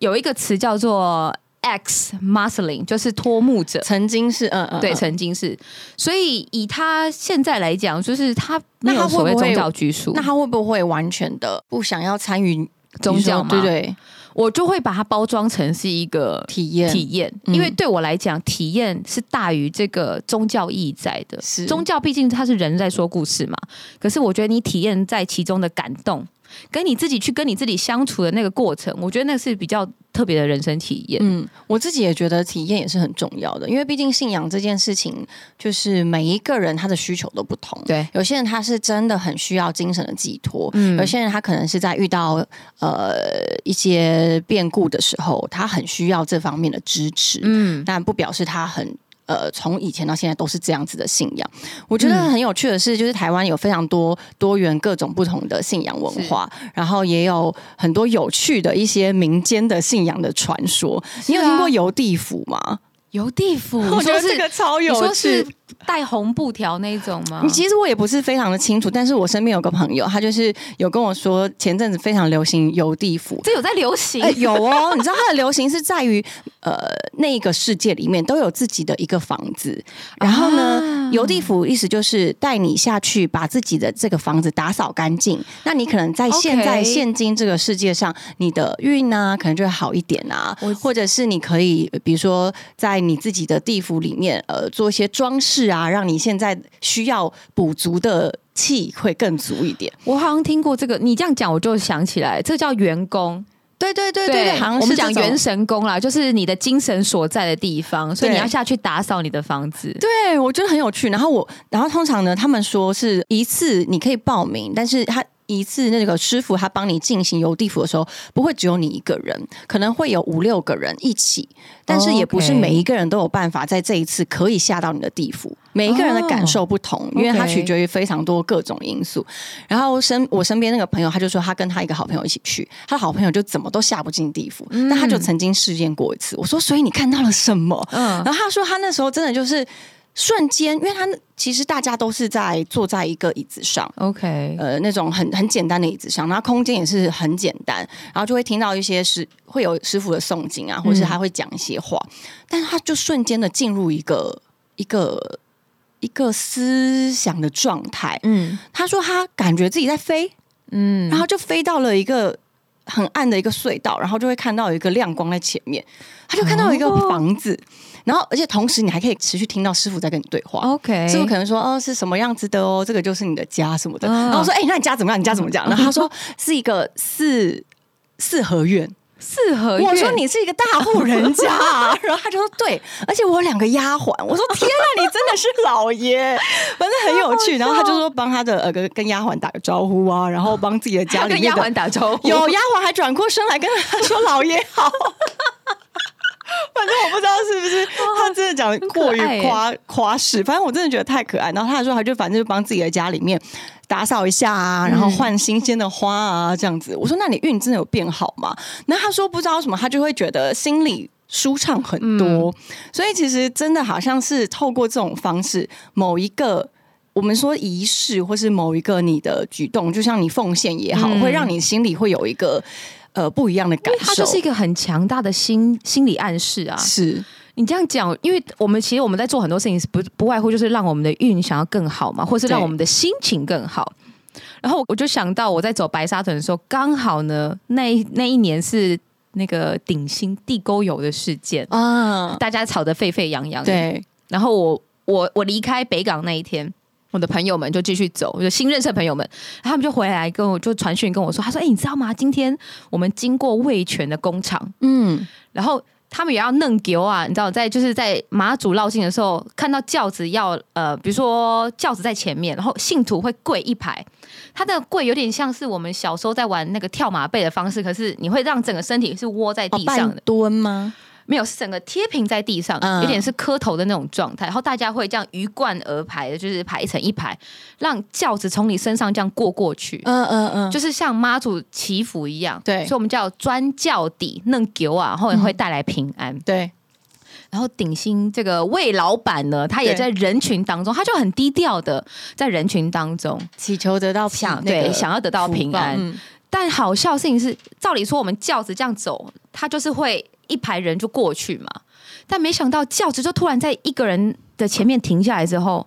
C: 有一个词叫做 ex muscling，就是脱幕者。
B: 曾经是嗯嗯
C: 对，
B: 嗯
C: 曾经是，所以以他现在来讲，就是他没
B: 那
C: 有
B: 他
C: 所
B: 会
C: 谓
B: 不会
C: 宗教拘束，
B: 那他会不会完全的不想要参与
C: 宗教
B: 你
C: 嘛，
B: 说对对，
C: 我就会把它包装成是一个
B: 体验
C: 体验，
B: 嗯
C: 因为对我来讲，体验是大于这个宗教意义在的。
B: 是
C: 宗教毕竟它是人在说故事嘛，可是我觉得你体验在其中的感动，跟你自己去跟你自己相处的那个过程，我觉得那是比较特别的人生体验。
B: 嗯，我自己也觉得体验也是很重要的，因为毕竟信仰这件事情，就是每一个人他的需求都不同。
C: 对，
B: 有些人他是真的很需要精神的寄托，
C: 嗯
B: 有些人他可能是在遇到呃一些变故的时候，他很需要这方面的支持。
C: 嗯，
B: 但不表示他很呃，从以前到现在都是这样子的信仰。我觉得很有趣的是，就是台湾有非常多多元各种不同的信仰文化，然后也有很多有趣的一些民间的信仰的传说。你有听过游地府吗？
C: 游地府，
B: 啊 我觉得
C: 你说
B: 这
C: 是
B: 个超
C: 你
B: 有
C: 说
B: 趣
C: 是。带红布条那一种吗？
B: 你其实我也不是非常的清楚，但是我身边有个朋友，他就是有跟我说，前阵子非常流行游地府，
C: 这有在流行，
B: 哎、有哦，你知道它的流行是在于，呃，那个世界里面都有自己的一个房子，然后呢
C: 啊，
B: 游、地府意思就是带你下去，把自己的这个房子打扫干净。那你可能在现在
C: OK
B: 现今这个世界上，你的运啊，可能就会好一点啊
C: 我，
B: 或者是你可以，比如说在你自己的地府里面，呃，做一些装饰啊，让你现在需要补足的气会更足一点。
C: 我好像听过这个，你这样讲我就想起来，这叫员工。
B: 对对对对对，好像
C: 我
B: 是
C: 们讲
B: 这种
C: 元神宫啦，就是你的精神所在的地方，所以
B: 对
C: 你要下去打扫你的房子。
B: 对，我觉得很有趣。然后我，然后通常呢，他们说是一次你可以报名，但是他一次那个师傅他帮你进行邮递服的时候，不会只有你一个人，可能会有五六个人一起，但是也不是
C: 哦 OK
B: 每一个人都有办法在这一次可以下到你的地府。每一个人的感受不同，因为它
C: 哦 OK
B: 取决于非常多各种因素。然后身我身边那个朋友，他就说他跟他一个好朋友一起去，他的好朋友就怎么都下不进地府，
C: 嗯
B: 但他就曾经试验过一次。我说，所以你看到了什么？
C: 嗯，
B: 然后他说他那时候真的就是瞬间，因为他那其实大家都是在坐在一个椅子上。
C: OK，
B: 呃，那种很很简单的椅子上，然后空间也是很简单，然后就会听到一些师会有师傅的诵经啊，或是他会讲一些话，但是他就瞬间的进入一个一个一个思想的状态。
C: 嗯
B: 他说他感觉自己在飞，
C: 嗯，
B: 然后就飞到了一个很暗的一个隧道，然后就会看到有一个亮光在前面，他就看到一个
C: 哦
B: 房子，然后而且同时你还可以持续听到师傅在跟你对话。
C: OK，
B: 师傅可能说：“哦，是什么样子的哦？这个就是你的家什么的。
C: 嗯
B: 然后我说：“哎、那你家怎么样？你家怎么样？”然后他 说：“是一个四四合院。”
C: 四合院。
B: 我说你是一个大户人 家、啊，然后他就说对，而且我有两个丫鬟。我说天啊，你真的是老 爷，反正很有趣。然后他就说帮他的呃跟跟丫鬟打个招呼啊，然后帮自己的家
C: 还要
B: 里
C: 跟
B: 面
C: 丫
B: 的
C: 鬟打招呼，
B: 有丫鬟还转过身来跟他说老爷 好。反正我不知道是不是他真的讲得过
C: 很可爱
B: 于
C: 耶
B: 夸夸饰，反正我真的觉得太可爱。然后他说，他就反正就帮自己的家里面打扫一下
C: 嗯
B: 啊，然后换新鲜的花啊，这样子。我说，那你运真的有变好吗？然后他说不知道为什么，他就会觉得心里舒畅很
C: 嗯
B: 多。所以其实真的好像是透过这种方式，某一个。我们说仪式，或是某一个你的举动，就像你奉献也好，
C: 嗯
B: 会让你心里会有一个呃不一样的感
C: 因为
B: 受。
C: 它就是一个很强大的心心理暗示啊。
B: 是
C: 你这样讲，因为我们其实我们在做很多事情，不不外乎就是让我们的运想要更好嘛，或是让
B: 对
C: 我们的心情更好。然后我就想到我在走白沙屯的时候，刚好呢，那一那一年是那个顶新地沟油的事件，
B: 啊，
C: 大家吵得沸沸扬扬。，
B: 对，
C: 然后我我我离开北港那一天。我的朋友们就继续走，就新认识的朋友们，他们就回来跟我就传讯跟我说，他说：“哎、你知道吗？今天我们经过味全的工厂，
B: 嗯，
C: 然后他们也要弄丢啊，你知道，在就是在马祖绕境的时候，看到轿子要呃，比如说轿子在前面，然后信徒会跪一排，他的跪有点像是我们小时候在玩那个跳马背的方式，可是你会让整个身体是窝在
B: 哦
C: 地上
B: 半
C: 的，
B: 蹲吗？
C: 没有是整个贴平在地上，
B: 嗯
C: 有点是磕头的那种状态，然后大家会这样鱼贯而排的，就是排成一排，让轿子从你身上这样过过去。
B: 嗯嗯嗯，
C: 就是像妈祖祈福一样，
B: 对嗯
C: 所以我们叫专教底弄丢啊，然后也会带来平安。
B: 对，
C: 然后鼎新这个魏老板呢，他也
B: 对
C: 在人群当中，他就很低调的在人群当中
B: 祈求得到
C: 想
B: 那个
C: 对想要得到
B: 福
C: 平
B: 报
C: 安。
B: 嗯
C: 但好笑的事情是，照理说我们轿子这样走，他就是会一排人就过去嘛，但没想到轿子就突然在一个人的前面停下来之后，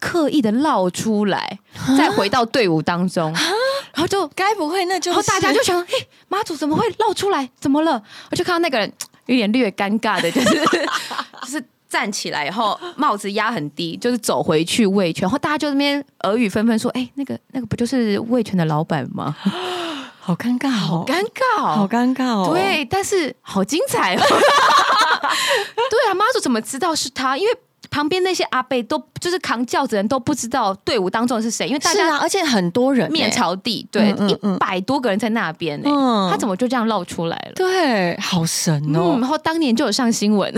C: 刻意的绕出来，
B: 啊
C: 再回到队伍当中，然后就
B: 该不会那就
C: 然后大家
B: 是
C: 就想，嘿，妈祖怎么会 露出来？怎么了？我就看到那个人有点略尴尬的，就是就是。站起来，然后帽子压很低，就是走回去魏全，然后大家就那边耳语纷纷说：“哎、那个那个不就是魏全的老板吗？”
B: 好尴尬哦，
C: 尴尬，
B: 好尴尬哦，
C: 对，但是好精彩哦！ 对啊，妈祖怎么知道是他？因为旁边那些阿贝都就是扛轿子的人都不知道队伍当中是谁，因为大
B: 是
C: 家
B: 啊，而且很多人
C: 面
B: 朝，
C: 朝地，对
B: 嗯，嗯嗯
C: 一百多个人在那边呢、
B: 嗯
C: 他怎么就这样露出来了？
B: 对，好神
C: 嗯，
B: 哦，
C: 然后当年就有上新 闻，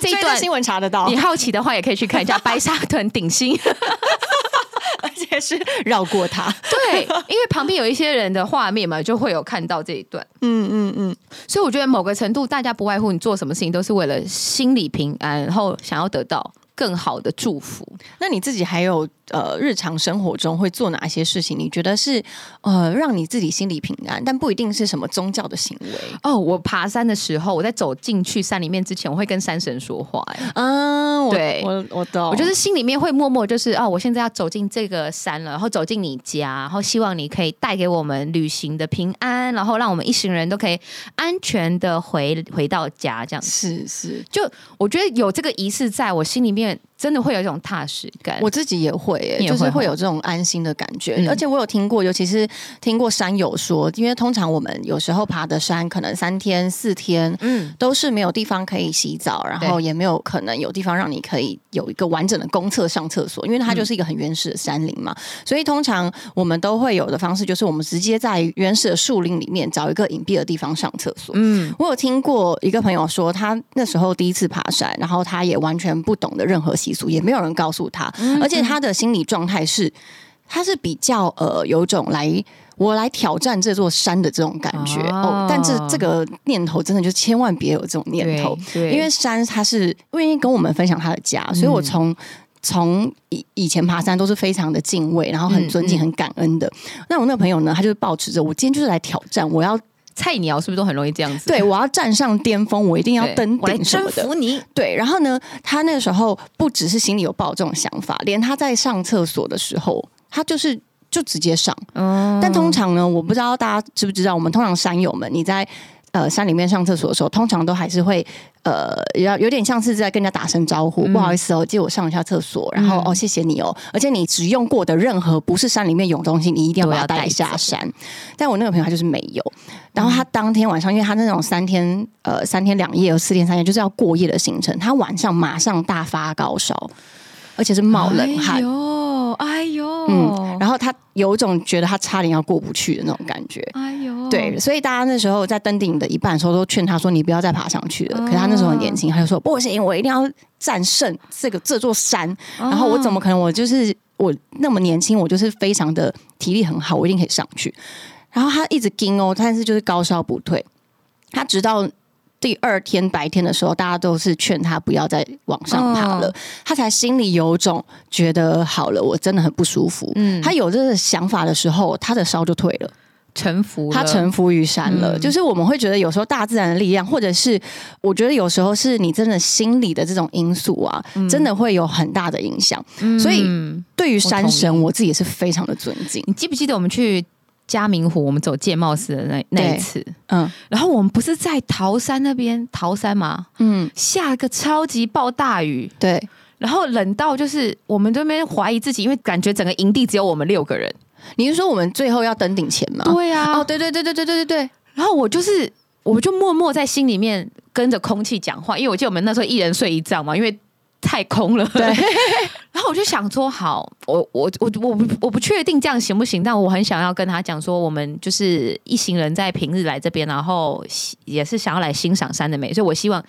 C: 这一
B: 所以
C: 段
B: 新闻查得到
C: 你，好奇的话也可以去看一下白沙屯顶新。
B: 而且是绕过他，
C: 对，因为旁边有一些人的画面嘛，就会有看到这一段。
B: 嗯嗯嗯，
C: 所以我觉得某个程度，大家不外乎你做什么事情都是为了心理平安，然后想要得到更好的祝福。
B: 那你自己还有呃日常生活中会做哪些事情？你觉得是呃让你自己心里平安，但不一定是什么宗教的行为
C: 哦，我爬山的时候，我在走进去山里面之前，我会跟山神说话、哎
B: 啊？我
C: 对
B: 我我懂，
C: 我就是心里面会默默就是哦，我现在要走进这个山了，然后走进你家，然后希望你可以带给我们旅行的平安，然后让我们一行人都可以安全的回回到家，这样子。
B: 是是，
C: 我觉得有这个仪式在，我心里面真的会有一种踏实感。
B: 我自己也会、欸，
C: 你也
B: 就是
C: 会
B: 会
C: 吼
B: 有这种安心的感觉。
C: 嗯
B: 而且我有听过，尤其是听过山友说，因为通常我们有时候爬的山，可能三天四天。
C: 嗯，
B: 都是没有地方可以洗澡，然后
C: 对
B: 也没有可能有地方让你可以有一个完整的公厕上厕所，因为它就是一个很原始的山林嘛。所以通常我们都会有的方式就是，我们直接在原始的树林里面找一个隐蔽的地方上厕所。
C: 嗯，
B: 我有听过一个朋友说，他那时候第一次爬山，然后他也完全不懂得任何习俗，也没有人告诉他，
C: 嗯
B: 而且他的心理状态是，他是比较呃有一种来。我来挑战这座山的这种感觉哦
C: 哦
B: 但这这个念头真的就千万别有这种念头，
C: 对，嗯
B: 因为山它是愿意跟我们分享他的家，所以我从。从以以前爬山都是非常的敬畏，然后很尊敬、
C: 嗯嗯
B: 很感恩的。那我那个朋友呢，他就是保持着我今天就是来挑战，我要
C: 菜鸟是不是都很容易这样子？
B: 对，我要站上巅峰，我一定要
C: 对
B: 登
C: 我来
B: 顶什
C: 征
B: 么的。
C: 服你。
B: 对，然后呢，他那个时候不只是心里有抱这种想法，连他在上厕所的时候，他就是就直接上。
C: 嗯，
B: 但通常呢，我不知道大家知不知道，我们通常山友们，你在呃山里面上厕所的时候，通常都还是会呃，要有点像是在跟人家打声招呼，不好意思哦，借我上一下厕所，然后、
C: 嗯
B: 哦谢谢你哦。而且你只用过的任何不是山里面有东西，你一定要
C: 都
B: 把
C: 要
B: 它带
C: 啊带
B: 下
C: 走
B: 山。但我那个朋友他就是没有，然后他当天晚上，因为他那种三天呃三天两夜、四天三夜就是要过夜的行程，他晚上马上大发高烧，而且是冒冷
C: 哎
B: 汗。
C: 哟，哎呦，
B: 嗯，然后他有一种觉得他差点要过不去的那种感觉，
C: 哎呦，
B: 对，，所以大家那时候在登顶的一半的时候，都劝他说：“你不要再爬上去了。
C: 啊
B: 可是他那时候很年轻，他就说：“不行，我一定要战胜这个这座山。
C: 啊
B: 然后我怎么可能？我就是我那么年轻，我就是非常的体力很好，我一定可以上去。”然后他一直盯哦，但是就是高烧不退。他直到第二天白天的时候，大家都是劝他不要再往上爬了，
C: 哦
B: 他才心里有种觉得好了，我真的很不舒服。
C: 嗯
B: 他有这个想法的时候，他的烧就退了。
C: 臣服了？嗯
B: 他臣服于山了。就是我们会觉得有时候大自然的力量，或者是我觉得有时候是你真的心理的这种因素啊，真的会有很大的影响。所以
C: 嗯，
B: 对于山神，
C: 我
B: 我自己也是非常的尊敬。
C: 你记不记得我们去嘉明湖，我们走界贸寺的那那一次？
B: 嗯
C: 然后我们不是在桃山那边，桃山嘛，
B: 嗯，
C: 下个超级暴大雨，
B: 对。
C: 然后冷到就是我们这边怀疑自己，因为感觉整个营地只有我们六个人。
B: 你是说我们最后要登顶前吗？
C: 对啊
B: 哦，，对对对对对对对对，
C: 然后我就是，我就默默在心里面跟着空气讲话，因为我记得我们那时候一人睡一帐嘛，因为太空了。对。 然后我就想说，好，我我我我不我不确定这样行不行，但我很想要跟他讲说，我们就是一行人在平日来这边，然后喜也是想要来欣赏山的美，所以我希望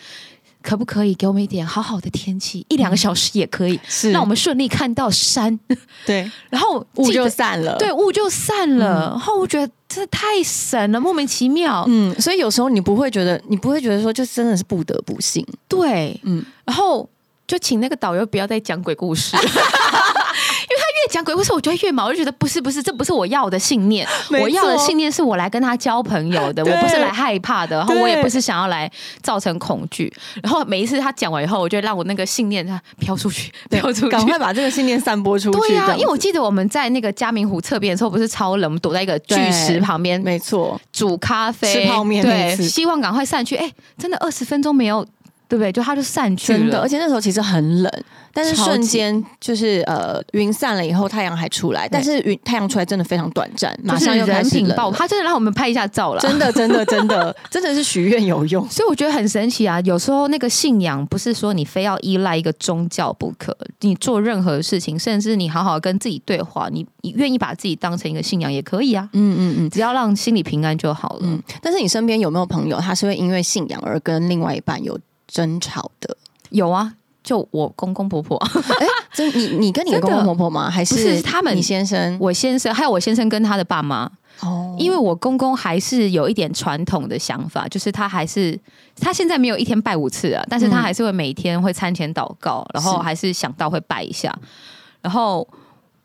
C: 可不可以给我们一点好好的天气，一两个小时也可以，
B: 嗯是
C: 让我们顺利看到山，
B: 对
C: 然后
B: 雾
C: 记得
B: 就散了。。
C: 对雾就散了。然后我觉得这太神了，莫名其妙。
B: 嗯，所以有时候你不会觉得，你不会觉得说，就真的是不得不信。
C: 对，
B: 嗯，
C: 然后就请那个导游不要再讲鬼故事。因 为他越讲鬼故事，我觉得越毛，我就觉得不是不是，这不是我要的信念。
B: 没错
C: 我要的信念是我来跟他交朋友的，
B: 对
C: 我不是来害怕的，然后
B: 对
C: 我也不是想要来造成恐惧。然后每一次他讲完以后，我就让我那个信念它飘出去，
B: 对
C: 飘出去，
B: 赶快把这个信念散播出去。这
C: 对啊，
B: 样
C: 因为我
B: 子
C: 记得我们在那个嘉明湖侧边的时候，不是超冷，我们躲在一个巨
B: 对
C: 石旁边
B: 没错，
C: 煮咖啡、
B: 吃泡面那一
C: 对，
B: 次
C: 希望赶快散去。哎，真的二十分钟没有对不对？就它就散去了，
B: 真的，而且那时候其实很冷，但是
C: 超级
B: 瞬间就是呃云散了以后，太阳还出来，但是云太阳出来真的非常短暂，马
C: 就是
B: 上又开
C: 人
B: 始
C: 品
B: 冷
C: 爆，
B: 了。
C: 他真的让我们拍一下照了。
B: 真的，真的，真的， 真的是许愿有用。
C: 所以我觉得很神奇啊！有时候那个信仰不是说你非要依赖一个宗教不可，你做任何事情，甚至你好好跟自己对话，你你愿意把自己当成一个信仰也可以啊，
B: 嗯嗯嗯
C: 只要让心里平安就好了。
B: 嗯。但是你身边有没有朋友，他是会因为信仰而跟另外一半有争吵的？
C: 有啊，就我公公婆 婆，
B: 真你你跟你的
C: 真
B: 公
C: 的
B: 公婆婆吗？还
C: 不是他们
B: 你先生？
C: 我先生还有我先生跟他的爸妈，
B: 哦
C: 因为我公公还是有一点传统的想法，就是他还是他现在没有一天拜五次啊，但是他还是会每天会餐前祷告，然后还是想到会拜一下，然后。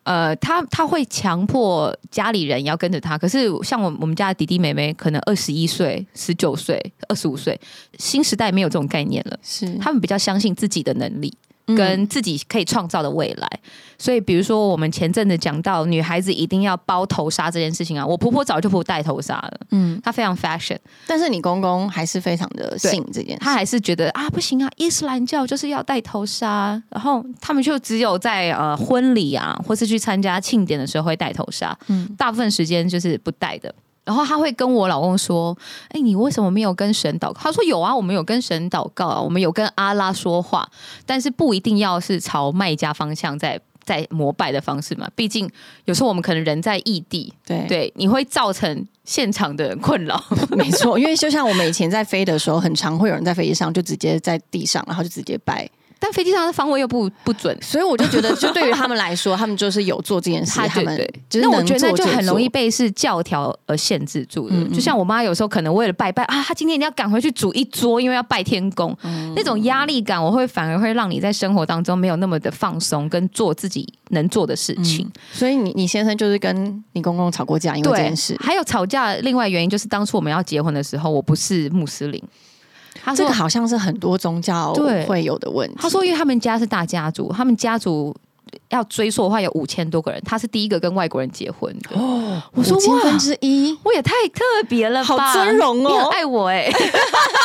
C: 呃，他他会强迫家里人也要跟着他，可是像我我们家的弟弟妹妹，可能二十一岁、十九岁、二十五岁，新时代没有这种概念了，
B: 是
C: 他们比较相信自己的能力。
B: 嗯
C: 跟自己可以创造的未来。所以，比如说我们前阵子讲到女孩子一定要包头纱这件事情啊，我婆婆早就不戴头纱了，
B: 嗯，
C: 她非常 fashion，
B: 但是你公公还是非常的信这件事。
C: 她还是觉得啊不行啊，伊斯兰教就是要戴头纱，然后他们就只有在呃婚礼啊，或是去参加庆典的时候会戴头纱，
B: 嗯
C: 大部分时间就是不戴的。然后她会跟我老公说：“哎，你为什么没有跟神祷告？”他说：“有啊，我们有跟神祷告啊，我们有跟阿拉说话，但是不一定要是朝卖家方向在在膜拜的方式嘛。毕竟有时候我们可能人在异地，
B: 对
C: 对，你会造成现场的困扰。
B: 没错，因为就像我们以前在飞的时候，很常会有人在飞机上就直接在地上，然后就直接掰。
C: 但飞机上的方位又不不准，
B: 所以我就觉得，就对于他们来说，他们就是有做这件事，
C: 他
B: 他
C: 对
B: 们
C: 对，
B: 就是
C: 那我
B: 能
C: 觉得那
B: 做
C: 就很容易
B: 做
C: 被是教条而限制住的。
B: 嗯嗯
C: 就像我妈有时候可能为了拜拜啊，她今天一定要赶回去煮一桌，因为要拜天公，
B: 嗯
C: 那种压力感，我会反而会让你在生活当中没有那么的放松，跟做自己能做的事情。
B: 所以你你先生就是跟你公公吵过嗯架，因为这件事。
C: 还有吵架，另外原因就是当初我们要结婚的时候，我不是穆斯林，他
B: 这
C: 说
B: 个好像是很多宗教
C: 对
B: 会有的问题。
C: 他说，因为他们家是大家族，他们家族要追溯的话有五千多个人，他是第一个跟外国人结婚的。
B: 哦，
C: 我说
B: 五千
C: 哇
B: 分之一，
C: 我也太特别了
B: 好
C: 吧，
B: 尊荣哦
C: 你很爱我哎、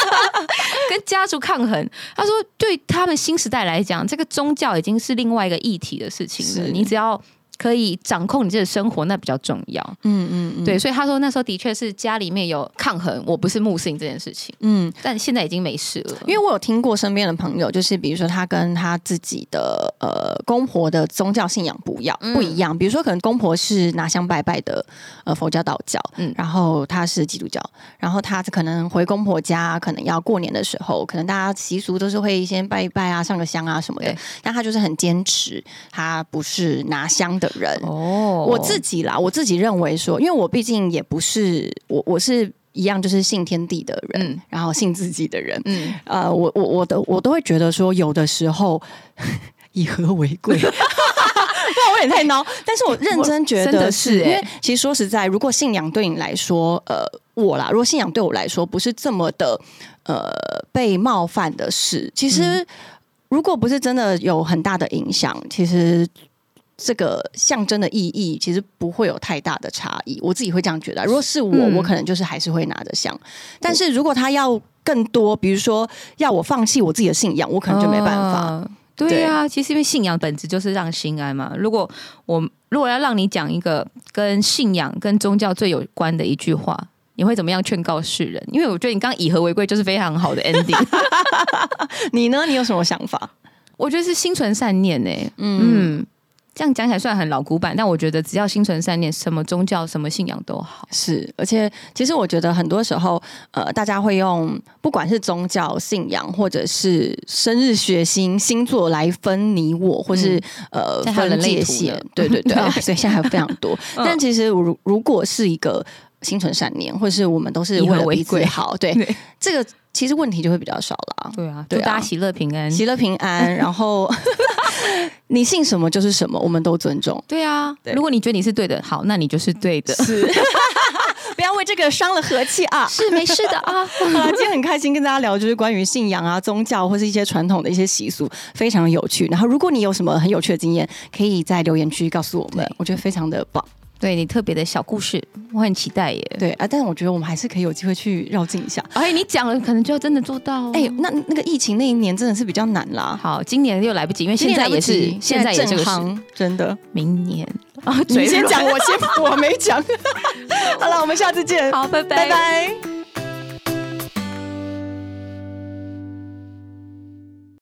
C: 跟家族抗衡。他说，对他们新时代来讲，这个宗教已经是另外一个议题的事情了。
B: 是
C: 你只要可以掌控你自己的生活，那比较重要。
B: 嗯嗯嗯，
C: 对，所以他说那时候的确是家里面有抗衡，我不是穆斯林这件事情，
B: 嗯，
C: 但现在已经没事了。
B: 因为我有听过身边的朋友，就是比如说他跟他自己的呃公婆的宗教信仰不一样，
C: 嗯
B: 不一样。比如说可能公婆是拿香拜拜的呃佛教道教，
C: 嗯
B: 然后他是基督教，然后他可能回公婆家，可能要过年的时候，可能大家习俗都是会先拜一拜啊，上个香啊什么的
C: 对。
B: 但他就是很坚持，他不是拿香的人。
C: 哦
B: 我自己啦，我自己认为说，因为我毕竟也不是我，我是一样就是信天地的人，
C: 嗯
B: 然后信自己的人，
C: 嗯，
B: 呃，我我我都我都会觉得说，有的时候 以和为贵。 哇，我也太孬，但是我认真觉
C: 我真
B: 得
C: 的
B: 是，
C: 是
B: 因
C: 欸
B: 为其实说实在，如果信仰对你来说，呃，我啦，如果信仰对我来说不是这么的呃被冒犯的事，其实
C: 嗯
B: 如果不是真的有很大的影响，其实这个象征的意义其实不会有太大的差异。我自己会这样觉得啊。如果是我，
C: 嗯
B: 我可能就是还是会拿着香，但是如果他要更多，比如说要我放弃我自己的信仰，我可能就没办法。
C: 啊对呀、其实因为信仰本质就是让心安嘛。如果我如果要让你讲一个跟信仰、跟宗教最有关的一句话，你会怎么样劝告世人？因为我觉得你刚刚以和为贵就是非常好 的 ending。
B: 你呢？你有什么想法？
C: 我觉得是心存善念呢、
B: 嗯，
C: 嗯，这样讲起来虽然很老古板，但我觉得只要心存善念，什么宗教、什么信仰都好。
B: 是，而且其实我觉得很多时候，呃，大家会用不管是宗教信仰，或者是生日、血型、星座来分你我，或是、呃
C: 现在还有
B: 分
C: 人
B: 界
C: 类图呢
B: 线。对 对对，
C: 对
B: 所以现在还有非常多。
C: 嗯
B: 但其实如如果是一个心存善念，或是我们都是为
C: 以
B: 了
C: 和为
B: 彼此
C: 贵
B: 好，对
C: 对
B: 这个其实问题就会比较少啦。
C: 对啊，祝
B: 对啊
C: 大家喜乐平安。
B: 喜乐平安，然 后你信什么就是什么，我们都尊重。
C: 对啊
B: 对
C: 如果你觉得你是对的，好，那你就是对的，
B: 是， 不要为这个伤了和气啊！
C: 是没事的啊。
B: 好了，今天很开心跟大家聊，就是关于信仰啊、宗教或是一些传统的一些习俗，非常有趣。然后，如果你有什么很有趣的经验，可以在留言区告诉我们
C: 对，
B: 我觉得非常的棒。
C: 对你特别的小故事，我很期待耶。
B: 对哦啊，但我觉得我们还是可以有机会去绕境一下。
C: 哎，你讲了，可能就要真的做到、哦。
B: 哎、那那个疫情那一年真的是比较难啦。
C: 好，今年又来不及，因为现在也
B: 今年来
C: 是
B: 不及
C: 现在也是
B: 正
C: 个时
B: 夯，真的。
C: 明年啊，
B: 你
C: 嘴
B: 先
C: 软
B: 讲，我先我没讲。好了，我们下次见，
C: 好，拜
B: 拜拜